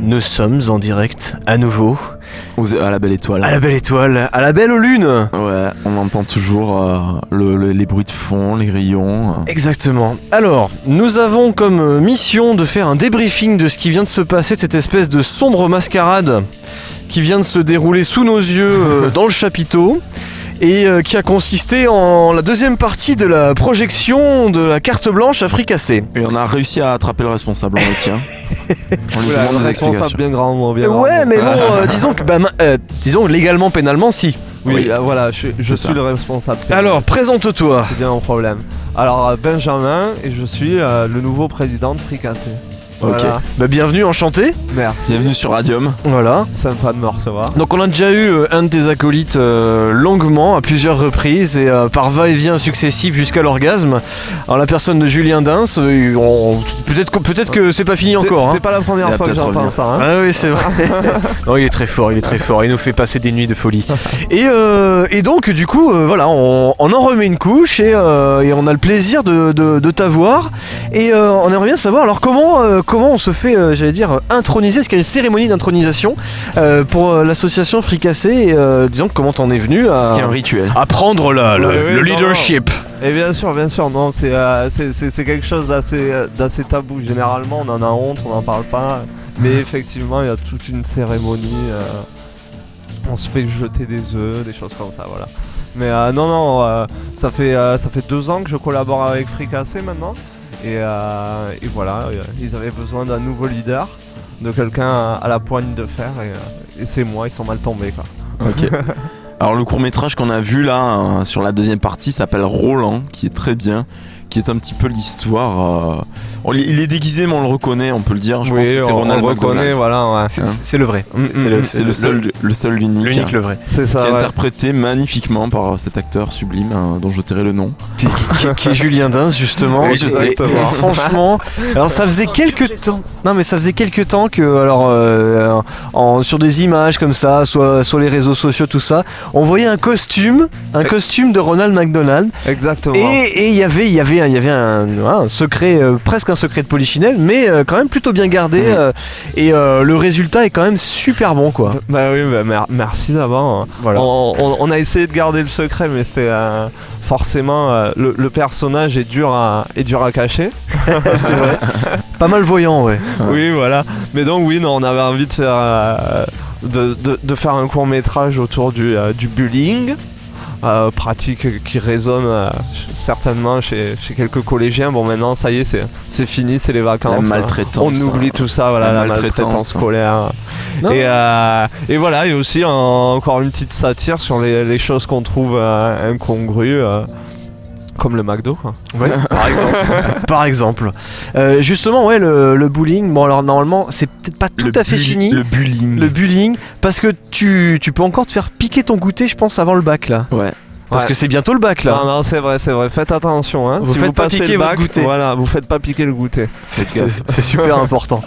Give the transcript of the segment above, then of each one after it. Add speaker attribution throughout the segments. Speaker 1: Nous sommes en direct, à nouveau,
Speaker 2: Aux- à la belle étoile.
Speaker 1: à la belle étoile, à la belle aux lunes
Speaker 2: Ouais, on entend toujours euh, le- le- les bruits de fond, les rayons.
Speaker 1: Exactement. Alors, nous avons comme euh, mission de faire un débriefing de ce qui vient de se passer, de cette espèce de sombre mascarade qui vient de se dérouler sous nos yeux euh, dans le chapiteau et euh, qui a consisté en la deuxième partie de la projection de la carte blanche à fricassé.
Speaker 2: Et on a réussi à attraper le responsable, on le tient. on lui
Speaker 3: Oula,
Speaker 2: demande des
Speaker 3: le
Speaker 2: explications.
Speaker 3: responsable bien grandement, bien
Speaker 1: Ouais,
Speaker 3: grandement.
Speaker 1: mais bon, euh, disons que bah, ma- euh, disons légalement, pénalement, si.
Speaker 3: Oui,
Speaker 2: Oui.
Speaker 3: ah, voilà, je, je suis
Speaker 2: ça.
Speaker 3: le responsable.
Speaker 1: Alors, présente-toi.
Speaker 3: C'est bien mon problème. Alors, euh, Benjamin, et je suis euh, le nouveau président de Fricassé.
Speaker 2: Ok.
Speaker 3: Voilà.
Speaker 1: Bah, bienvenue, enchanté.
Speaker 3: Merci.
Speaker 2: Bienvenue sur Radium.
Speaker 1: Voilà.
Speaker 3: Sympa de me recevoir.
Speaker 1: Donc on a déjà eu euh, un de tes acolytes euh, longuement, à plusieurs reprises, et euh, par va-et-vient successif jusqu'à l'orgasme. Alors la personne de Julien Dins, euh, on- peut-être que, peut-être que c'est pas fini
Speaker 3: C'est-
Speaker 1: encore.
Speaker 3: C'est
Speaker 1: hein.
Speaker 3: pas la
Speaker 2: Il
Speaker 3: première
Speaker 2: va
Speaker 3: fois que
Speaker 2: peut-être
Speaker 3: j'entends
Speaker 2: revenir.
Speaker 3: ça. hein.
Speaker 1: Ah oui, c'est vrai. non, il est très fort, il est très fort, il nous fait passer des nuits de folie. Et, euh, et donc, du coup, euh, voilà, on, on en remet une couche et, euh, et on a le plaisir de, de- de t'avoir. Et euh, on aimerait bien savoir, alors, comment, euh, comment on se fait, euh, j'allais dire, euh, introniser Est-ce qu'il y a une cérémonie d'intronisation euh, pour euh, l'association Fricassé Et euh, disons, que comment t'en es venu à,
Speaker 2: Est-ce qu'il y a un rituel
Speaker 1: à prendre la- la-
Speaker 3: Oui, oui,
Speaker 1: le
Speaker 3: non, non.
Speaker 1: leadership
Speaker 3: Et bien sûr, bien sûr, non, c'est euh, c'est- c'est- c'est quelque chose d'assez euh, d'assez tabou. Généralement, on en a honte, on n'en parle pas. Mais effectivement, il y a toute une cérémonie. euh, on se fait jeter des œufs, des choses comme ça, voilà. Mais euh, non, non, euh, ça, fait, euh, ça fait deux ans que je collabore avec Fricassé maintenant. Et, euh, et voilà, euh, ils avaient besoin d'un nouveau leader, de quelqu'un à, à la poigne de fer. Et, euh, et c'est moi, ils sont mal tombés, quoi.
Speaker 2: Ok. Alors le court métrage qu'on a vu là euh, sur la deuxième partie s'appelle Roland, qui est très bien, qui est un petit peu l'histoire. euh, on l- il est déguisé, mais on le reconnaît, on peut le dire. Je pense que c'est
Speaker 3: on,
Speaker 2: Ronald
Speaker 3: le
Speaker 2: McDonald.
Speaker 3: reconnaît, voilà, ouais.
Speaker 1: C'est- C'est c'est le vrai.
Speaker 2: Mm,
Speaker 1: C'est- c'est
Speaker 2: mm,
Speaker 1: le-
Speaker 2: C'est le
Speaker 1: seul,
Speaker 2: seul, le seul, l'unique.
Speaker 1: l'unique,
Speaker 2: hein,
Speaker 1: le vrai.
Speaker 3: C'est
Speaker 2: Qui
Speaker 3: ça,
Speaker 2: est
Speaker 3: Ah ouais.
Speaker 2: interprété magnifiquement par euh, cet acteur sublime euh, dont je tairai le nom.
Speaker 1: qui, qui- qui est Julien Dins justement.
Speaker 2: Oui, je
Speaker 1: Et-
Speaker 2: sais.
Speaker 1: et franchement, alors ça faisait quelques temps. Non, mais ça faisait quelques temps que, alors, euh, en- sur des images comme ça, soit sur les réseaux sociaux, tout ça, on voyait un costume, un costume de Ronald McDonald.
Speaker 2: Oh,
Speaker 3: Exactement.
Speaker 1: Et et il y avait, il y avait, un- il y avait un, un secret, euh, presque un secret de polichinelle, mais euh, quand même plutôt bien gardé.
Speaker 2: Mhm.
Speaker 1: euh, et euh, le résultat est quand même super bon, quoi.
Speaker 3: Bah oui, bah mer- merci d'abord. hein.
Speaker 1: Voilà.
Speaker 3: On, on- on a essayé de garder le secret, mais c'était euh, forcément euh, le, le personnage est dur à est dur à cacher.
Speaker 1: C'est vrai. Pas mal voyant, ouais.
Speaker 3: Oui, voilà. Mais donc oui, non, on avait envie de faire euh, de, de- de faire un court métrage autour du euh, du bullying. euh, pratique qui résonne euh, ch- certainement chez, chez quelques collégiens. Bon, maintenant, ça y est, c'est c'est fini, c'est les
Speaker 2: La
Speaker 3: vacances. hein.
Speaker 2: maltraitance. hein.
Speaker 3: on oublie
Speaker 1: hein.
Speaker 3: tout ça, voilà,
Speaker 2: La
Speaker 3: la,
Speaker 2: maltraitance.
Speaker 3: maltraitance, scolaire.
Speaker 1: Non.
Speaker 3: Et, euh, et voilà, et aussi un- encore une petite satire sur les, les choses qu'on trouve euh, incongrues, euh, comme le McDo. Quoi.
Speaker 1: par exemple. par exemple. Euh, justement, ouais, le, le bullying, bon alors normalement, c'est peut-être pas tout
Speaker 2: Le
Speaker 1: à fait
Speaker 2: bully-
Speaker 1: fini.
Speaker 2: Le
Speaker 1: Le...
Speaker 2: bullying.
Speaker 1: bullying, parce que tu, tu peux encore te faire piquer ton goûter, je pense, avant le bac là.
Speaker 2: Ouais.
Speaker 1: Parce
Speaker 3: Ouais.
Speaker 1: que c'est bientôt le bac
Speaker 3: Non,
Speaker 1: là.
Speaker 3: non, c'est vrai, c'est vrai. Faites attention. Hein.
Speaker 1: Vous
Speaker 3: si
Speaker 1: faites
Speaker 3: vous
Speaker 1: pas
Speaker 3: passez
Speaker 1: piquer
Speaker 3: le
Speaker 1: votre
Speaker 3: bac,
Speaker 1: goûter.
Speaker 3: Voilà, vous faites pas piquer le goûter.
Speaker 1: C'est
Speaker 2: Faites gaffe.
Speaker 1: c'est- c'est super important.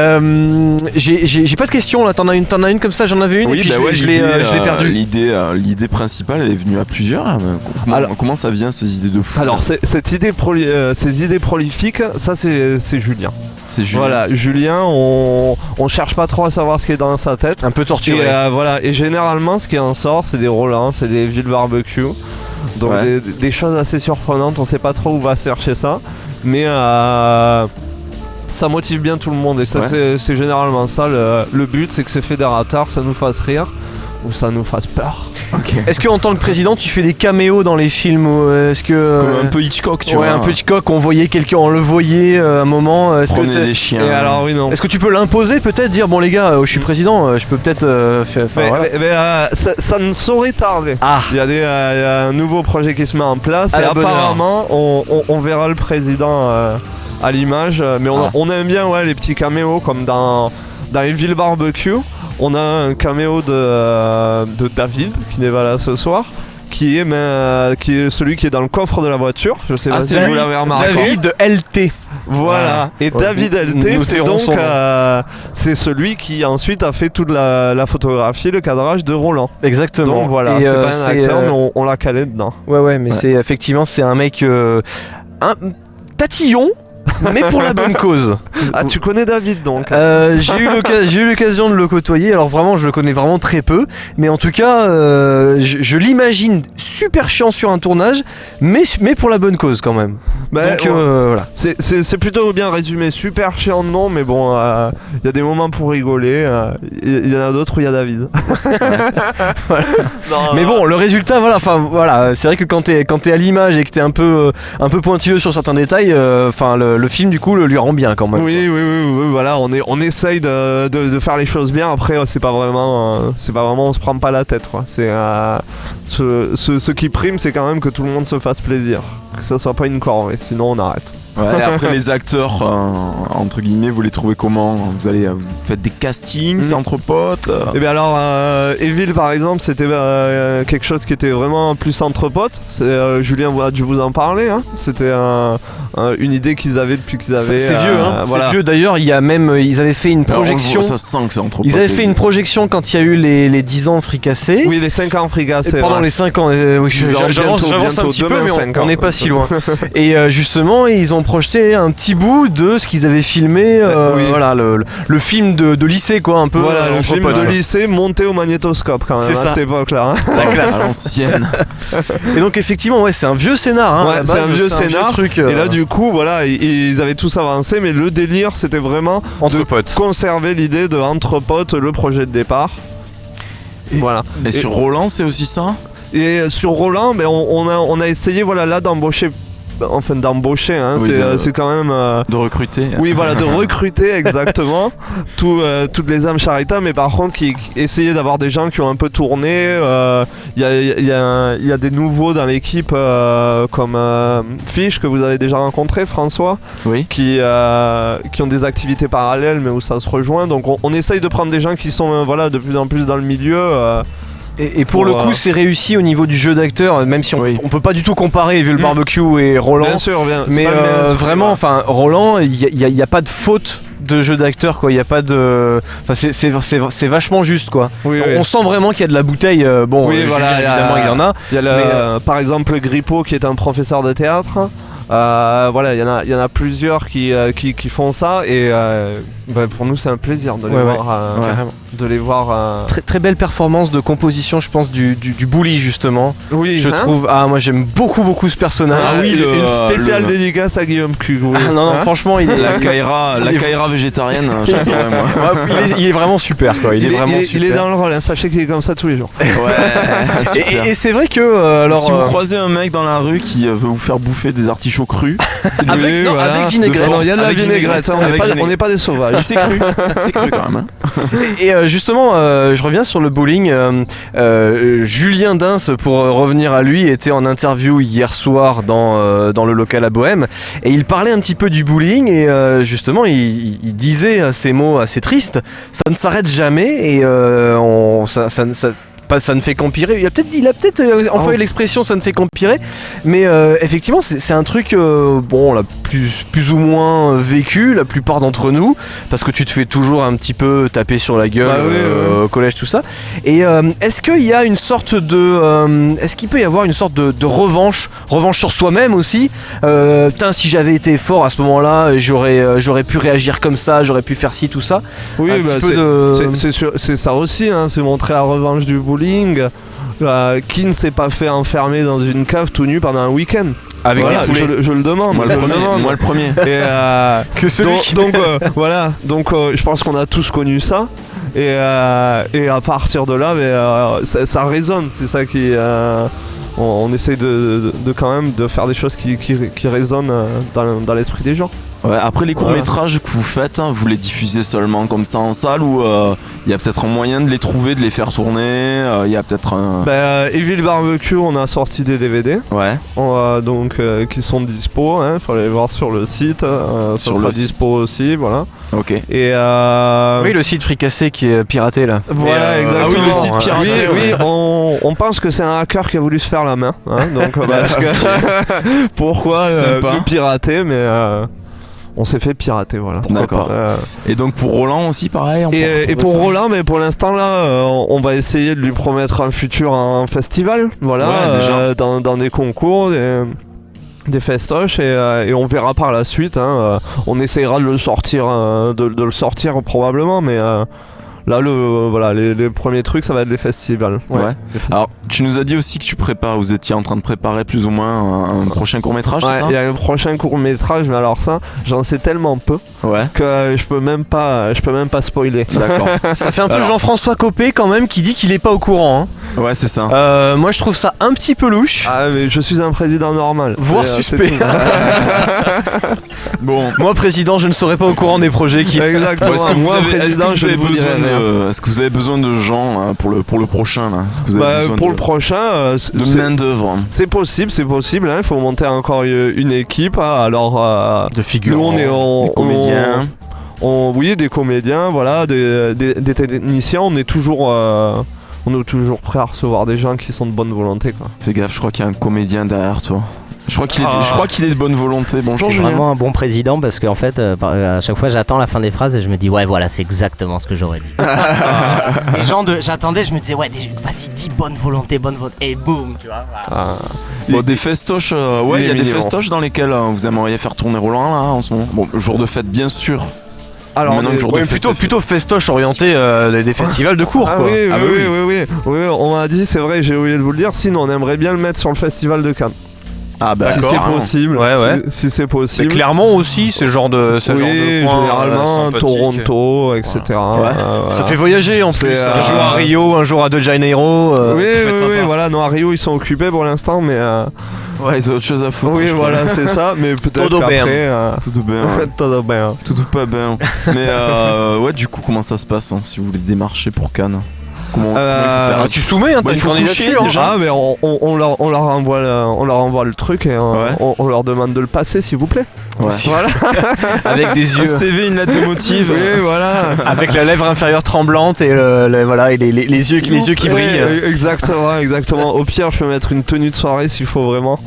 Speaker 1: Euh, J'ai j'ai- j'ai pas de questions là, t'en as une, t'en as une comme ça, j'en avais une et puis
Speaker 2: bah
Speaker 1: je, l'ai-
Speaker 2: ouais,
Speaker 1: je l'ai
Speaker 2: l'idée,
Speaker 1: euh, je l'ai
Speaker 2: euh,
Speaker 1: perdue.
Speaker 2: L'idée, euh, l'idée principale, elle est venue à plusieurs. hein, mais Comment,
Speaker 3: Alors-
Speaker 2: comment ça vient ces idées de fou
Speaker 3: Alors,
Speaker 2: là
Speaker 3: c'est- cette idée proli- euh, ces idées prolifiques, ça, c'est c'est Julien.
Speaker 2: c'est Julien.
Speaker 3: Voilà, Julien, on, on cherche pas trop à savoir ce qui est dans sa tête.
Speaker 1: Un peu torturé.
Speaker 3: Et euh, voilà, et généralement ce qui en sort, c'est des Rollins, c'est des villes barbecue. Donc
Speaker 2: Ouais.
Speaker 3: des, des choses assez surprenantes, on sait pas trop où va se chercher ça. Mais euh, ça motive bien tout le monde et ça
Speaker 2: Ouais.
Speaker 3: c'est- c'est généralement ça. Le, le but c'est que ce fait des ratards, ça nous fasse rire ou ça nous fasse peur.
Speaker 2: Ok.
Speaker 1: Est-ce que en tant que président, tu fais des caméos dans les films ou euh, est-ce que euh,
Speaker 2: Comme un peu Hitchcock, tu
Speaker 1: ouais,
Speaker 2: vois.
Speaker 1: un peu Hitchcock, on voyait quelqu'un, on le voyait euh, un moment. Est-ce que
Speaker 2: Promener
Speaker 1: t'as-
Speaker 2: des
Speaker 3: Et
Speaker 2: chiens.
Speaker 3: alors oui non.
Speaker 1: Est-ce que tu peux l'imposer peut-être dire bon les gars euh, je suis président euh, je peux peut-être euh, faire
Speaker 2: Ah
Speaker 1: enfin,
Speaker 3: Mm. Mais-
Speaker 1: voilà.
Speaker 3: mais- mais, euh, ça, ça ne saurait tarder.
Speaker 1: ah
Speaker 3: Il y, a des, euh, il y a un nouveau projet qui se met en place
Speaker 1: À
Speaker 3: et
Speaker 1: la bonne
Speaker 3: apparemment on, on- on verra le président euh, à l'image. euh, Mais on,
Speaker 2: Ah.
Speaker 3: on aime bien ouais, les petits caméos comme dans, dans les villes barbecue. On a un caméo de, euh, de David qui n'est pas là ce soir. Qui est, mais, euh, qui est celui qui est dans le coffre de la voiture. Je sais
Speaker 2: Ah,
Speaker 3: pas
Speaker 2: c'est
Speaker 3: si
Speaker 2: lui,
Speaker 3: vous l'avez remarqué.
Speaker 1: David de LT
Speaker 3: Voilà.
Speaker 1: Ouais.
Speaker 3: Et David
Speaker 1: Nous
Speaker 3: LT, c'est
Speaker 1: tairons
Speaker 3: donc
Speaker 1: son nom.
Speaker 3: euh, c'est celui qui ensuite a fait toute la, la photographie, le cadrage de Roland.
Speaker 1: exactement
Speaker 3: Donc voilà,
Speaker 1: Et,
Speaker 3: c'est
Speaker 1: euh,
Speaker 3: pas un acteur,
Speaker 1: euh,
Speaker 3: mais on, on l'a calé dedans.
Speaker 1: ouais ouais mais
Speaker 2: Ouais.
Speaker 1: c'est effectivement c'est un mec euh, un tatillon mais pour la bonne cause.
Speaker 3: Ah, tu connais David donc
Speaker 1: Euh, j'ai eu l'occa- j'ai eu l'occasion de le côtoyer. Alors vraiment, je le connais vraiment très peu, mais en tout cas, euh, je, je l'imagine super chiant sur un tournage, mais mais pour la bonne cause quand même.
Speaker 3: Bah,
Speaker 1: Donc
Speaker 3: ouais.
Speaker 1: euh, voilà.
Speaker 3: C'est- C'est c'est plutôt bien résumé, super chiant de nom, mais bon, euh, il y a des moments pour rigoler, euh, il y en a d'autres où il y a David. Non,
Speaker 1: Mais
Speaker 3: non,
Speaker 1: bon, le résultat, voilà, enfin voilà, c'est vrai que quand t'es quand t'es à l'image et que t'es un peu euh, un peu pointilleux sur certains détails, euh, enfin le, le film du coup le lui rend bien quand même.
Speaker 3: euh, Oui, oui, oui, oui, voilà, on, est, on essaye de, de- de faire les choses bien. Après, euh, c'est pas vraiment, euh, c'est pas vraiment, on se prend pas la tête, quoi. C'est euh, ce, ce- ce qui prime, c'est quand même que tout le monde se fasse plaisir, que ça soit pas une corvée, sinon on arrête.
Speaker 2: Ouais, et après les acteurs, euh, entre guillemets, vous les trouvez comment Vous allez, euh, vous faites des castings, c'est
Speaker 3: Mm.
Speaker 2: entre potes. euh.
Speaker 3: Et bien alors, euh, Evil par exemple, c'était euh, quelque chose qui était vraiment plus entre potes. C'est, euh, Julien a dû vous en parler. hein. C'était un- un- une idée qu'ils avaient depuis qu'ils avaient.
Speaker 1: C'est c'est vieux, hein.
Speaker 3: euh,
Speaker 1: C'est
Speaker 3: voilà.
Speaker 1: vieux. D'ailleurs, il y a même, euh, ils avaient fait une
Speaker 2: Alors, on le
Speaker 1: projection.
Speaker 2: voit, ça se sent que c'est entre potes.
Speaker 1: ils avaient fait une projection quand il y a eu les, les 10 ans fricassés.
Speaker 3: Oui, les 5 ans
Speaker 1: Et
Speaker 3: frigassés.
Speaker 1: Pendant les 5 ans, euh, oui,
Speaker 3: Ils
Speaker 1: j'avance
Speaker 3: auront bientôt-
Speaker 1: j'avance un
Speaker 3: bientôt
Speaker 1: petit peu,
Speaker 3: demain
Speaker 1: mais
Speaker 3: cinq
Speaker 1: on-
Speaker 3: ans.
Speaker 1: on n'est pas si loin. Et euh, justement, ils ont projeté un petit bout de ce qu'ils avaient filmé, euh,
Speaker 3: oui.
Speaker 1: voilà, le, le- le film de, de lycée, quoi, un peu.
Speaker 3: Voilà,
Speaker 1: euh,
Speaker 3: le
Speaker 1: entre
Speaker 3: film
Speaker 1: potes,
Speaker 3: de
Speaker 1: quoi.
Speaker 3: lycée monté au magnétoscope quand même
Speaker 1: C'est
Speaker 3: à
Speaker 1: ça.
Speaker 3: cette époque-là. hein.
Speaker 2: la classe. À l'ancienne.
Speaker 1: Et donc, effectivement, ouais, c'est un vieux scénar. hein,
Speaker 3: Ouais,
Speaker 1: à la
Speaker 3: c'est
Speaker 1: base,
Speaker 3: un vieux scénar.
Speaker 1: truc,
Speaker 3: Et là,
Speaker 1: euh,
Speaker 3: du coup, voilà, i- ils avaient tous avancé, mais le délire, c'était vraiment
Speaker 1: entre
Speaker 3: de
Speaker 1: potes.
Speaker 3: conserver l'idée de entre potes le projet de départ.
Speaker 1: Et-
Speaker 3: voilà.
Speaker 2: Et sur Roland, c'est aussi ça
Speaker 3: Et sur Roland, ben, on, on a, on a essayé voilà, là d'embaucher. Enfin, d'embaucher, hein,
Speaker 2: Oui,
Speaker 3: c'est,
Speaker 2: de-
Speaker 3: euh, c'est quand même. euh,
Speaker 2: De recruter
Speaker 3: oui, voilà, de recruter exactement tout, euh, toutes les âmes charitables, mais par contre, qui, qui- essayer d'avoir des gens qui ont un peu tourné. euh, Il y, a, il y a un- il y a des nouveaux dans l'équipe, euh, comme euh, Fish, que vous avez déjà rencontré, François,
Speaker 2: Oui.
Speaker 3: qui, euh, qui ont des activités parallèles, mais où ça se rejoint. Donc, on, on essaye de prendre des gens qui sont euh, voilà, de plus en plus dans le milieu. euh,
Speaker 1: Et, et pour le
Speaker 3: Pour,
Speaker 1: coup,
Speaker 3: euh,
Speaker 1: c'est réussi au niveau du jeu d'acteur, même si on,
Speaker 2: Oui.
Speaker 1: on peut pas du tout comparer vu le
Speaker 3: Mm.
Speaker 1: barbecue et Roland.
Speaker 3: bien sûr, bien, c'est
Speaker 1: Mais
Speaker 3: pas le même
Speaker 1: euh,
Speaker 3: truc,
Speaker 1: vraiment,
Speaker 3: voilà.
Speaker 1: enfin, Roland, il n'y a, il y a pas de faute de jeu d'acteur, quoi. Il n'y a pas de. Enfin, c'est- c'est- c'est c'est vachement juste, quoi.
Speaker 3: Oui,
Speaker 1: On sent vraiment qu'il y a de la bouteille. euh, bon,
Speaker 3: Oui,
Speaker 1: euh,
Speaker 3: voilà,
Speaker 1: Julien,
Speaker 3: il y a-
Speaker 1: évidemment, il y en a.
Speaker 3: Il y a le-
Speaker 1: Mais,
Speaker 3: euh, par exemple Grippo qui est un professeur de théâtre. Euh, voilà, il y, en a- il y en a plusieurs qui, euh, qui, qui font ça et euh, bah, pour nous c'est un plaisir de les
Speaker 1: Ouais,
Speaker 3: voir. euh,
Speaker 2: Ouais.
Speaker 3: De les voir euh,
Speaker 1: Très, très belle performance de composition, je pense, du, du, du Bully, justement.
Speaker 3: Oui,
Speaker 1: je trouve. Ah, moi, j'aime beaucoup, beaucoup ce personnage.
Speaker 2: Ah oui,
Speaker 3: une
Speaker 2: le-
Speaker 3: une spéciale
Speaker 2: le-
Speaker 3: dédicace à Guillaume Cugou.
Speaker 1: Ah, non, non,
Speaker 3: Hein
Speaker 1: franchement, il est,
Speaker 2: La Kaira, la
Speaker 1: Il est-
Speaker 2: Kaira végétarienne, j'adorais moi.
Speaker 1: Ouais, il, est, il est vraiment super, quoi. Il, est vraiment
Speaker 3: il est,
Speaker 1: super.
Speaker 3: dans le rôle, hein, sachez qu'il est comme ça tous les jours.
Speaker 2: Ouais,
Speaker 1: Et,
Speaker 2: super.
Speaker 1: et- et c'est vrai que. euh, alors,
Speaker 2: si vous
Speaker 1: euh,
Speaker 2: croisez un mec dans la rue qui euh, veut vous faire bouffer des artichauts crus, c'est
Speaker 1: Avec-
Speaker 2: lui,
Speaker 1: non,
Speaker 2: voilà.
Speaker 1: avec
Speaker 2: De
Speaker 1: vinaigrette.
Speaker 2: force,
Speaker 3: Non, il y a de la
Speaker 2: avec
Speaker 3: vinaigrette, hein, on n'est
Speaker 2: avec
Speaker 3: pas, on
Speaker 2: vinaigrette.
Speaker 3: n'est pas des sauvages.
Speaker 2: Mais c'est ah, cru, c'est cru quand même. hein.
Speaker 1: Et euh, justement, euh, je reviens sur le bowling. euh, euh, Julien Dins, pour euh, revenir à lui, était en interview hier soir dans, euh, dans le local à Bohème. Et il parlait un petit peu du bowling. Et euh, justement, il, il- il disait euh, ces mots assez tristes. Ça ne s'arrête jamais. Et euh, on, ça, ça ne- ça- pas, ça ne fait qu'empirer. Il a peut-être il a peut-être euh, employé
Speaker 3: Ah.
Speaker 1: l'expression ça ne fait qu'empirer, mais euh, effectivement c'est c'est un truc euh, bon l'a plus plus ou moins euh, vécu la plupart d'entre nous parce que tu te fais toujours un petit peu taper sur la gueule
Speaker 3: Bah oui,
Speaker 1: euh,
Speaker 3: ouais,
Speaker 1: au collège tout ça. Et euh, est-ce qu'il y a une sorte de, euh, est-ce qu'il peut y avoir une sorte de, de revanche, revanche sur soi-même aussi Euh, Putain, si j'avais été fort à ce moment-là, j'aurais euh, j'aurais pu réagir comme ça, j'aurais pu faire ci tout ça.
Speaker 3: Oui,
Speaker 1: un
Speaker 3: bah,
Speaker 1: petit peu
Speaker 3: c'est-
Speaker 1: de.
Speaker 3: C'est- C'est sûr- c'est ça aussi, hein, c'est montrer la revanche du bowling. Euh, qui ne s'est pas fait enfermer dans une cave tout nu pendant un week-end
Speaker 1: Avec
Speaker 3: Voilà,
Speaker 1: les
Speaker 3: je,
Speaker 1: poulets.
Speaker 3: le- je le demande.
Speaker 2: Moi le
Speaker 3: je le
Speaker 2: premier,
Speaker 3: demande.
Speaker 2: moi le premier.
Speaker 3: Et, euh,
Speaker 1: que celui
Speaker 3: donc,
Speaker 1: qui
Speaker 3: donc, euh, voilà, donc euh, je pense qu'on a tous connu ça. Et, euh, et à partir de là, mais, euh, ça, ça résonne. C'est ça qui. euh, on, on essaie de, de- de quand même de faire des choses qui, qui, qui résonnent euh, dans, dans l'esprit des gens.
Speaker 2: Ouais, après les courts
Speaker 3: Voilà.
Speaker 2: métrages que vous faites, hein, vous les diffusez seulement comme ça en salle ou euh, il y a peut-être un moyen de les trouver, de les faire tourner. euh, Il y a peut-être un.
Speaker 3: Bah, euh, Evil Barbecue, on a sorti des DVD.
Speaker 2: ouais.
Speaker 3: On va donc euh, qui sont dispo, il faut les voir sur le site, euh, ça
Speaker 2: Sur
Speaker 3: sera
Speaker 2: le site.
Speaker 3: dispo aussi, voilà.
Speaker 2: Ok.
Speaker 3: Et euh,
Speaker 1: oui, le site fricassé qui est piraté là.
Speaker 3: voilà
Speaker 2: Et, euh, ah
Speaker 3: exactement.
Speaker 2: oui, le site piraté,
Speaker 3: Oui,
Speaker 2: ouais.
Speaker 3: oui, on, on pense que c'est un hacker qui a voulu se faire la main, hein, donc
Speaker 2: Ah bah,
Speaker 3: euh, parce que- pourquoi euh,
Speaker 2: Sympa.
Speaker 3: nous pirater, mais euh, on s'est fait pirater, voilà.
Speaker 2: D'accord.
Speaker 3: Euh,
Speaker 2: Et donc pour Roland aussi, pareil. on peut
Speaker 3: et,
Speaker 2: retrouver
Speaker 3: et pour
Speaker 2: ça.
Speaker 3: Roland, mais pour l'instant là, euh, on va essayer de lui promettre un futur un festival, voilà,
Speaker 2: Ouais, déjà.
Speaker 3: euh, dans, dans des concours. des- des festoches et, euh, et on verra par la suite. hein, euh, on essayera de le sortir, euh, de, de le sortir probablement, mais euh, là le euh, voilà les, les premiers trucs ça va être les festivals.
Speaker 2: Ouais. Alors, tu nous as dit aussi que tu prépares, vous étiez en train de préparer plus ou moins un, un prochain court métrage,
Speaker 3: Ouais,
Speaker 2: c'est ça
Speaker 3: il y a un prochain court métrage, mais alors ça j'en sais tellement peu
Speaker 2: Ouais.
Speaker 3: que euh, je peux même pas, je peux même pas spoiler.
Speaker 2: D'accord.
Speaker 1: Ça fait un peu
Speaker 2: Alors.
Speaker 1: Jean-François Copé quand même qui dit qu'il est pas au courant. hein.
Speaker 2: Ouais, c'est ça.
Speaker 1: Euh, moi je trouve ça un petit peu louche.
Speaker 3: Ah mais je suis un président normal.
Speaker 1: Voire
Speaker 3: C'est, euh,
Speaker 1: suspect.
Speaker 3: c'est tout.
Speaker 2: Bon.
Speaker 1: Moi président, je ne saurais pas au courant des projets qui.
Speaker 2: Bon, est-ce que
Speaker 3: Exactement.
Speaker 2: vous
Speaker 3: Moi
Speaker 2: avez, est-ce que
Speaker 3: président,
Speaker 2: vous
Speaker 3: je
Speaker 2: avez
Speaker 3: ne vous
Speaker 2: besoin
Speaker 3: dirai rien.
Speaker 2: de, est-ce que vous avez besoin de gens euh, pour le pour le prochain là Est-ce que vous avez
Speaker 3: Bah,
Speaker 2: besoin
Speaker 3: pour
Speaker 2: de,
Speaker 3: le prochain, euh, c'est-
Speaker 2: de
Speaker 3: c'est-
Speaker 2: main d'œuvre
Speaker 3: c'est possible, c'est possible. hein, Il faut monter encore euh, une équipe. hein, Alors euh,
Speaker 1: De
Speaker 3: Nous,
Speaker 1: figure.
Speaker 3: on est en
Speaker 2: des comédiens
Speaker 3: on- oui, des comédiens, voilà, des, des- des techniciens. On est toujours, euh, on est toujours prêt à recevoir des gens qui sont de bonne volonté. Quoi.
Speaker 2: Fais gaffe, je crois qu'il y a un comédien derrière toi. Je crois qu'il est,
Speaker 3: Ah.
Speaker 2: je crois qu'il est de bonne volonté. Bonjour
Speaker 4: c'est
Speaker 2: Julien.
Speaker 4: vraiment un bon président parce qu'en fait, euh, par- euh, à chaque fois, j'attends la fin des phrases et je me dis, ouais, voilà, c'est exactement ce que j'aurais dit. Les gens de. J'attendais, je me disais, ouais, des- voici 10 bonnes volontés, bonne volonté. Et boum, tu vois. voilà.
Speaker 2: Bon, des festoches, euh, ouais,
Speaker 3: Il
Speaker 2: il y
Speaker 3: est
Speaker 2: a des
Speaker 3: mignon.
Speaker 2: festoches dans lesquelles euh, vous aimeriez faire tourner Roland là en ce moment. Bon, jour de fête bien sûr.
Speaker 3: Alors,
Speaker 2: Maintenant que
Speaker 3: des-
Speaker 2: je
Speaker 1: Ouais, mais
Speaker 2: de
Speaker 1: plutôt,
Speaker 2: fête,
Speaker 1: plutôt festoche orienté euh, des- des festivals de cours.
Speaker 3: ah
Speaker 1: quoi.
Speaker 3: oui, oui,
Speaker 2: Ah bah
Speaker 3: oui, oui, oui, oui, on m'a dit, c'est vrai, j'ai oublié de vous le dire. Sinon, on aimerait bien le mettre sur le festival de Cannes,
Speaker 2: Ah bah
Speaker 3: si c'est
Speaker 2: carrément.
Speaker 3: possible.
Speaker 1: Ouais, ouais.
Speaker 3: Si, si c'est
Speaker 1: C'est
Speaker 3: possible.
Speaker 1: clairement aussi ce genre de. Ce
Speaker 3: oui,
Speaker 1: genre de coin,
Speaker 3: généralement
Speaker 1: euh, sympathique.
Speaker 3: Toronto, etc. euh,
Speaker 1: Ça
Speaker 3: voilà.
Speaker 1: fait voyager en
Speaker 3: C'est,
Speaker 1: plus.
Speaker 3: euh,
Speaker 1: Un jour à Rio, un jour à De Janeiro. euh,
Speaker 3: oui,
Speaker 1: ça peut être
Speaker 3: oui,
Speaker 1: sympa.
Speaker 3: oui, voilà, non, à Rio ils sont occupés pour l'instant, mais euh,
Speaker 2: Ouais, ils ont autre chose à foutre.
Speaker 3: oui,
Speaker 2: je
Speaker 3: voilà, c'est ça, mais peut-être
Speaker 1: Todo bien.
Speaker 3: qu'après, euh,
Speaker 2: crois. Tout ou bien. ouais.
Speaker 3: Todo bien.
Speaker 2: Tout ou pas bien. Mais euh, ouais, du coup, comment ça se passe hein, si vous voulez démarcher pour Cannes Comment, comment il faut
Speaker 3: Euh,
Speaker 2: faire
Speaker 1: Ah, tu soumets, hein,
Speaker 2: Bah,
Speaker 1: t'as
Speaker 2: il
Speaker 1: une
Speaker 2: faut coucher,
Speaker 1: candidature. hein.
Speaker 2: déjà.
Speaker 3: Ah mais on, on- on leur, on leur envoie le- on leur envoie le truc et euh, on,
Speaker 2: Ouais.
Speaker 3: on leur demande de le passer s'il vous plaît.
Speaker 2: Ouais.
Speaker 3: Voilà.
Speaker 1: Avec des
Speaker 2: Un
Speaker 1: yeux.
Speaker 2: CV, une lettre de motive.
Speaker 3: Oui, voilà.
Speaker 1: Avec la lèvre inférieure tremblante et, le- le- voilà, et les, les- les yeux, qui- les yeux qui
Speaker 3: Eh,
Speaker 1: brillent.
Speaker 3: eh, Exactement, exactement. Au pire, je peux mettre une tenue de soirée s'il faut vraiment.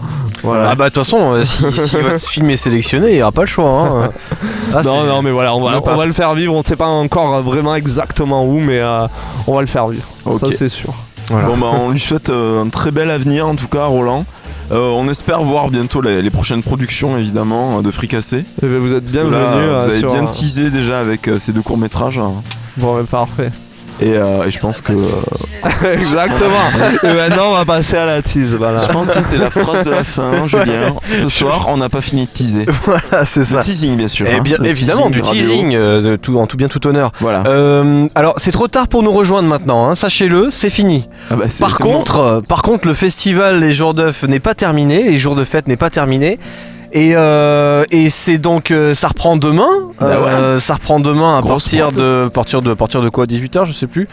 Speaker 1: Ah bah de toute façon, euh, si, si votre film est sélectionné, il n'y aura pas le choix. hein. Ah,
Speaker 3: non,
Speaker 1: c'est-
Speaker 3: non, mais voilà, on
Speaker 2: Ne
Speaker 3: va,
Speaker 2: pas.
Speaker 3: on va le faire vivre. On ne sait pas encore euh, vraiment exactement où, mais euh, on va le faire vivre.
Speaker 2: Ok.
Speaker 3: Ça, c'est sûr.
Speaker 1: Voilà.
Speaker 2: Bon bah on lui souhaite euh, un très bel avenir en tout cas Roland. Euh, on espère voir bientôt les, les prochaines productions évidemment euh, de Fricassé.
Speaker 3: Eh ben, vous êtes bienvenus.
Speaker 2: Là,
Speaker 3: euh,
Speaker 2: vous avez
Speaker 3: sur,
Speaker 2: bien
Speaker 3: euh,
Speaker 2: teasé déjà avec euh, ces deux courts métrages
Speaker 3: Bon, ben, parfait.
Speaker 2: et, euh, et je pense que euh,
Speaker 3: exactement. et maintenant, Eh ben, on va passer à la tease. Voilà.
Speaker 2: je pense que c'est la phrase de la fin hein, Julien. Ce soir on n'a pas fini de teaser.
Speaker 1: voilà, c'est
Speaker 2: Le
Speaker 1: ça.
Speaker 2: teasing bien sûr.
Speaker 1: Eh
Speaker 2: hein.
Speaker 1: bien,
Speaker 2: Le
Speaker 1: évidemment, du
Speaker 2: radio.
Speaker 1: teasing, euh, de tout, en tout bien tout honneur.
Speaker 2: Voilà.
Speaker 1: Euh, alors, c'est trop tard pour nous rejoindre maintenant, hein, sachez-le, c'est fini.
Speaker 2: Ah bah, c'est-
Speaker 1: Par
Speaker 2: c'est bon.
Speaker 1: contre, euh, par contre, le festival Les Jours d'œuf n'est pas terminé, les jours de fête n'est pas terminé. Et, euh, et c'est donc euh, ça reprend demain.
Speaker 2: Bah
Speaker 1: Euh, ça reprend demain à
Speaker 2: Grosse
Speaker 1: partir
Speaker 2: porte.
Speaker 1: de partir de partir de quoi 18h, je sais plus.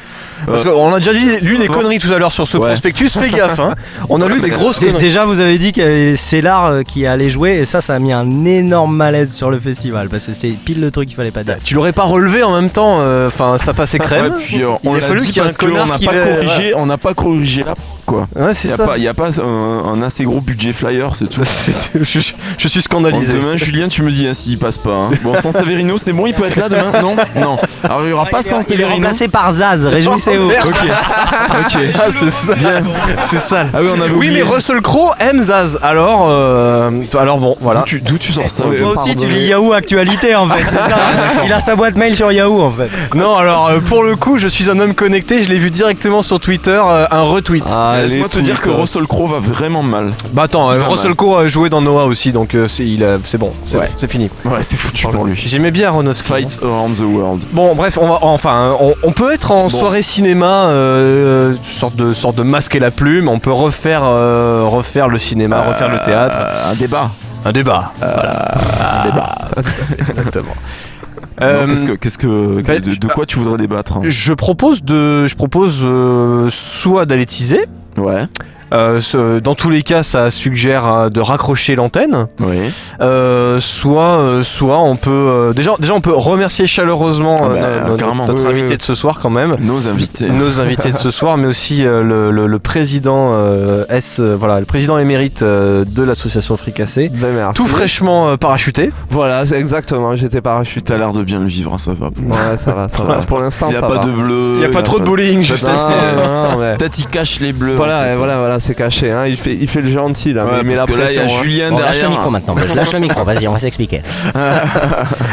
Speaker 1: Parce
Speaker 2: Euh,
Speaker 1: qu'on a déjà dit- lu des
Speaker 2: ouais.
Speaker 1: conneries tout à l'heure sur ce
Speaker 2: Ouais.
Speaker 1: prospectus, fais gaffe hein. On a lu des grosses
Speaker 4: Dé-
Speaker 1: conneries.
Speaker 4: Déjà, vous avez dit que c'est l'art euh, qui allait jouer et ça, ça a mis un énorme malaise sur le festival parce que c'est pile le truc qu'il fallait pas dire.
Speaker 1: Tu l'aurais pas relevé en même temps, euh, enfin ça passait
Speaker 2: Ouais,
Speaker 1: crème.
Speaker 2: puis, euh,
Speaker 1: Il
Speaker 2: on
Speaker 1: a
Speaker 2: l'a
Speaker 1: fallu
Speaker 2: dit
Speaker 1: qu'il y ait
Speaker 2: parce
Speaker 1: un
Speaker 2: qu'on
Speaker 1: connard
Speaker 2: n'a
Speaker 1: qui
Speaker 2: pas
Speaker 1: le-
Speaker 2: corrigé, on n'a pas corrigé là quoi.
Speaker 1: Ouais, c'est
Speaker 2: Il
Speaker 1: ça.
Speaker 2: n'y a, pas un, un assez gros budget flyer, c'est tout.
Speaker 1: C'est- je, suis- je suis
Speaker 2: Bon,
Speaker 1: scandalisé.
Speaker 2: demain, Julien, tu me dis hein, s'il passe pas. hein. Bon, sans Severino, c'est bon, il peut être là demain Non Non. Alors, il y aura pas sans
Speaker 4: Il est
Speaker 2: Severino.
Speaker 4: remplacé par Zaz, réjouissez-vous.
Speaker 2: Ok. Ok.
Speaker 1: Ah, c'est sale. C'est sale.
Speaker 2: Ah oui, on avait
Speaker 1: Oui, mais
Speaker 2: oublié.
Speaker 1: Russell Crowe aime Zaz. Alors, euh, alors bon, voilà.
Speaker 2: D'où tu, d'où tu sors ça
Speaker 3: Ouais,
Speaker 4: Toi
Speaker 2: ok.
Speaker 4: aussi, tu
Speaker 3: Pardonnez.
Speaker 4: lis Yahoo Actualité en fait, c'est ça Il a sa boîte mail sur Yahoo en fait.
Speaker 1: Non, alors euh, pour le coup, je suis un homme connecté. Je l'ai vu directement sur Twitter, euh, un retweet.
Speaker 3: Ah,
Speaker 2: Laisse-moi
Speaker 3: les
Speaker 2: te dire
Speaker 3: tweets,
Speaker 2: que
Speaker 3: euh,
Speaker 2: Russell Crowe va vraiment mal.
Speaker 1: Bah attends, euh,
Speaker 2: Pas mal.
Speaker 1: Russell Crowe a joué dans Noah aussi, donc euh, c'est il, euh, c'est bon, c'est
Speaker 2: Ouais.
Speaker 1: c'est fini.
Speaker 2: Ouais, c'est foutu pour lui.
Speaker 1: J'aimais bien Aronofsky.
Speaker 2: Fight around the world.
Speaker 1: Bon, bref, on va, enfin, on, on peut être en
Speaker 2: Bon.
Speaker 1: soirée cinéma, euh, sorte de sorte de masque et la plume. On peut refaire, euh, refaire le cinéma, refaire le théâtre.
Speaker 2: Euh, un débat. Ah.
Speaker 1: Un débat. voilà. Un débat. Exactement. Euh,
Speaker 2: Non, qu'est-ce que, qu'est-ce que,
Speaker 1: bah,
Speaker 2: de, de
Speaker 1: je-
Speaker 2: quoi tu voudrais débattre hein
Speaker 1: Je propose de, je propose euh, soit d'aller teaser.
Speaker 2: Ouais.
Speaker 1: euh, ce- dans tous les cas, ça suggère euh, de raccrocher l'antenne.
Speaker 2: Oui.
Speaker 1: Euh, soit, euh, soit on peut euh, déjà, déjà on peut remercier chaleureusement
Speaker 2: Ah
Speaker 1: euh,
Speaker 2: bah,
Speaker 1: no- no-
Speaker 2: carrément.
Speaker 1: notre
Speaker 2: Oui, oui,
Speaker 1: invité
Speaker 2: oui.
Speaker 1: de ce soir quand même.
Speaker 2: Nos invités.
Speaker 1: Nos invités de ce soir, mais aussi euh, le, le- le président euh, S, euh, voilà, le président émérite euh, de l'association Fricassé,
Speaker 3: Ben, merci.
Speaker 1: tout fraîchement euh, parachuté.
Speaker 3: Voilà, c'est exactement. J'étais parachuté.
Speaker 2: T'as l'air de bien le vivre, hein, ça va.
Speaker 3: Ouais, ça va, ça va. Pour l'instant,
Speaker 2: Il n'y a
Speaker 3: ça
Speaker 2: pas
Speaker 3: va.
Speaker 2: de bleu.
Speaker 1: Il n'y a pas trop de bowling.
Speaker 2: Peut-être
Speaker 3: Non,
Speaker 2: c'est-
Speaker 3: non, non, mais-
Speaker 2: Peut-être il cache les bleus. on
Speaker 3: Voilà,
Speaker 2: sait
Speaker 3: et
Speaker 2: pas.
Speaker 3: voilà, voilà, là, c'est caché. Hein. Il, fait, il fait le gentil là.
Speaker 2: Ouais,
Speaker 3: mais il met
Speaker 2: parce
Speaker 3: la
Speaker 2: que là, il y a
Speaker 3: pression, hein.
Speaker 2: Julien
Speaker 4: On lâche le micro
Speaker 2: derrière.
Speaker 4: maintenant. Je lâche le micro, vas-y, on va s'expliquer.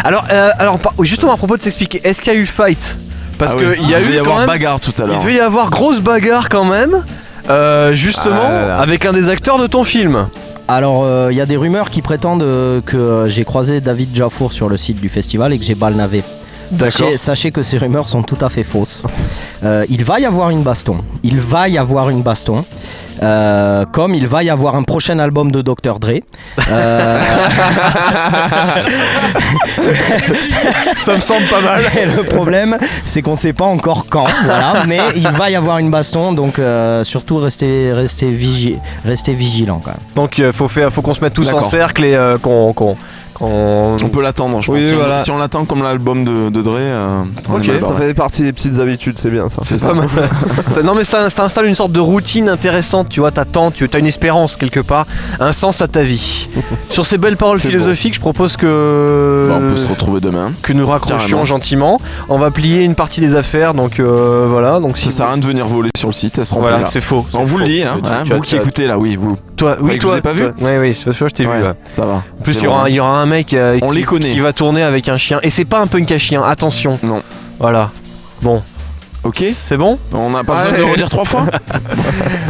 Speaker 1: Alors, euh, alors par- justement à propos de s'expliquer, est-ce qu'il y a eu fight Parce
Speaker 2: Ah
Speaker 1: que
Speaker 2: oui.
Speaker 1: il y a
Speaker 2: devait
Speaker 1: eu
Speaker 2: y
Speaker 1: quand
Speaker 2: avoir
Speaker 1: même,
Speaker 2: bagarre tout à
Speaker 1: il
Speaker 2: l'heure.
Speaker 1: devait y avoir grosse bagarre quand même. euh, justement,
Speaker 3: Ah là là.
Speaker 1: avec un des acteurs de ton film.
Speaker 5: Alors, il y a des rumeurs qui prétendent euh, que euh, j'ai croisé David Jaffour sur le site du festival et que j'ai balnavé.
Speaker 1: D'accord.
Speaker 5: Sachez, sachez que ces rumeurs sont tout à fait fausses. Euh, il va y avoir une baston. Il va y avoir une baston. Euh, comme il va y avoir un prochain album de Dr. Dre. Euh,
Speaker 1: Ça me semble pas mal.
Speaker 5: Et le problème, c'est qu'on sait pas encore quand, voilà, mais il va y avoir une baston, donc euh, surtout restez, restez, vigi- restez vigilant quand même.
Speaker 1: Donc euh, faut faire, faut qu'on se mette tous en
Speaker 2: D'accord.
Speaker 1: cercle et euh, qu'on, qu'on, qu'on-
Speaker 2: On peut l'attendre, je
Speaker 3: Oui,
Speaker 2: pense. Si on-
Speaker 3: voilà.
Speaker 2: Si on l'attend comme l'album de, de Dre, euh, on
Speaker 1: Ok,
Speaker 2: est mal
Speaker 3: Ça
Speaker 2: barré.
Speaker 3: fait partie des petites habitudes, c'est bien ça.
Speaker 2: c'est
Speaker 1: Ça
Speaker 2: ça.
Speaker 1: me- ça- non mais ça, ça installe une sorte de routine intéressante, tu vois, t'attends, tu as une espérance quelque part, un sens à ta vie. Sur ces belles paroles
Speaker 2: C'est
Speaker 1: philosophiques, je propose que
Speaker 3: euh,
Speaker 2: Bah, on peut se retrouver demain.
Speaker 1: que nous raccrochions
Speaker 2: Carrément.
Speaker 1: gentiment. On va plier une partie des affaires, donc euh, voilà. Donc si
Speaker 2: Ça sert à rien de venir voler sur le site, elles seront
Speaker 1: voilà,
Speaker 2: pas là.
Speaker 1: c'est faux.
Speaker 2: On
Speaker 1: c'est
Speaker 2: vous le
Speaker 1: faux.
Speaker 2: dit, hein,
Speaker 1: Tu-
Speaker 2: hein,
Speaker 1: tu-
Speaker 2: vous
Speaker 1: tu-
Speaker 2: qui écoutez là, oui, vous.
Speaker 1: Toi,
Speaker 2: Ouais,
Speaker 1: oui,
Speaker 2: que
Speaker 1: toi,
Speaker 2: vous avez pas vu
Speaker 1: toi- Ouais, oui, je, je t'ai
Speaker 2: Ouais,
Speaker 1: vu. ouais.
Speaker 2: Ça va.
Speaker 1: En plus, il y, aura un- il y aura un mec euh,
Speaker 2: On
Speaker 1: qui,
Speaker 2: les connaît.
Speaker 1: qui va tourner avec un chien, et c'est pas un punk à chien. Attention.
Speaker 2: Non.
Speaker 1: Voilà. Bon,
Speaker 2: Ok,
Speaker 1: c'est bon.
Speaker 2: on n'a pas
Speaker 3: Ouais.
Speaker 2: besoin de le redire trois fois.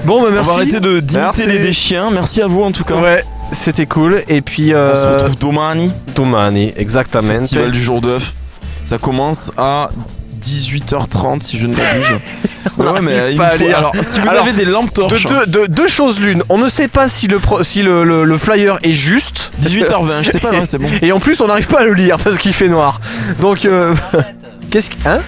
Speaker 1: Bon, bah, merci.
Speaker 2: On va arrêter de
Speaker 3: Merci.
Speaker 2: d'imiter les des chiens. Merci à vous en tout cas.
Speaker 1: Ouais, c'était cool. Et puis,
Speaker 2: On se
Speaker 1: euh,
Speaker 2: retrouve domani.
Speaker 1: domani, exactement.
Speaker 2: Festival du jour d'œuf. Ça commence à 18h30 si je ne m'abuse.
Speaker 1: On
Speaker 2: Ouais, ouais,
Speaker 1: arrive
Speaker 2: mais il
Speaker 1: pas
Speaker 2: nous
Speaker 1: à
Speaker 2: faut-
Speaker 1: lire.
Speaker 2: alors si vous
Speaker 1: Alors,
Speaker 2: avez des lampes
Speaker 1: De
Speaker 2: torches,
Speaker 1: deux, de- deux choses l'une, on ne sait pas si le, pro- si le, le- le flyer est juste,
Speaker 2: 18h20, j'étais pas là, c'est bon.
Speaker 1: et en plus on n'arrive pas à le lire parce qu'il fait noir. Donc, euh, qu'est-ce que. Hein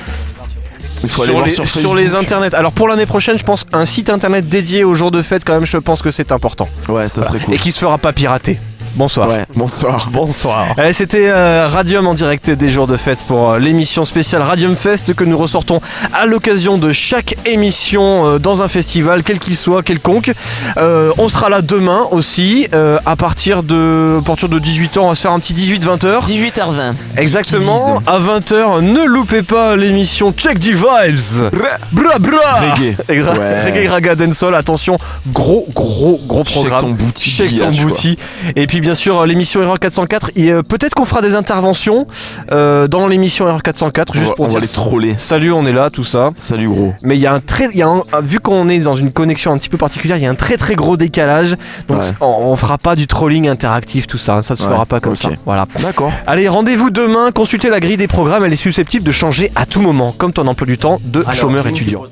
Speaker 2: Il faut aller
Speaker 1: sur
Speaker 2: voir
Speaker 1: les,
Speaker 2: sur
Speaker 1: sur
Speaker 2: Facebook.
Speaker 1: les internets. Alors pour l'année prochaine, je pense un site internet dédié aux jours de fête quand même, je pense que c'est important.
Speaker 2: Ouais, ça serait cool.
Speaker 1: Et qui se fera pas pirater. Bonsoir.
Speaker 2: Ouais, bonsoir.
Speaker 1: Bonsoir. Allez, c'était euh, Radium en direct des jours de fête pour euh, l'émission spéciale Radium Fest que nous ressortons à l'occasion de chaque émission euh, dans un festival, quel qu'il soit, quelconque. Euh, on sera là demain aussi, euh, à partir de, à partir de 18h, on va se faire un petit 18-20h.
Speaker 2: 18h20.
Speaker 1: Exactement, à 20h, ne loupez pas l'émission Check the Vibes Bra bra
Speaker 2: Reggae.
Speaker 1: Et gra-
Speaker 2: Ouais.
Speaker 1: Reggae Raga Dancehall, attention, gros gros gros
Speaker 2: Check ton
Speaker 1: programme.
Speaker 2: boutique.
Speaker 1: Check ton
Speaker 2: VIH, quoi.
Speaker 1: bouti. Et puis bien sûr euh, l'émission Erreur 404. Et euh, peut-être qu'on fera des interventions euh, dans l'émission Erreur 404
Speaker 2: On
Speaker 1: juste
Speaker 2: va-
Speaker 1: pour
Speaker 2: on va
Speaker 1: dire
Speaker 2: les troller.
Speaker 1: salut, on est là, tout ça.
Speaker 2: Salut gros.
Speaker 1: Mais il y a un très, il y a un- ah, vu qu'on est dans une connexion un petit peu particulière, il y a un très très gros décalage. Donc
Speaker 2: Ouais.
Speaker 1: on, on fera pas du trolling interactif, tout ça. Ça se
Speaker 2: Ouais,
Speaker 1: fera pas comme
Speaker 2: ok.
Speaker 1: ça. Voilà.
Speaker 2: D'accord.
Speaker 1: Allez, rendez-vous demain, consultez la grille des programmes, elle est susceptible de changer à tout moment, comme ton emploi du temps de chômeur étudiant.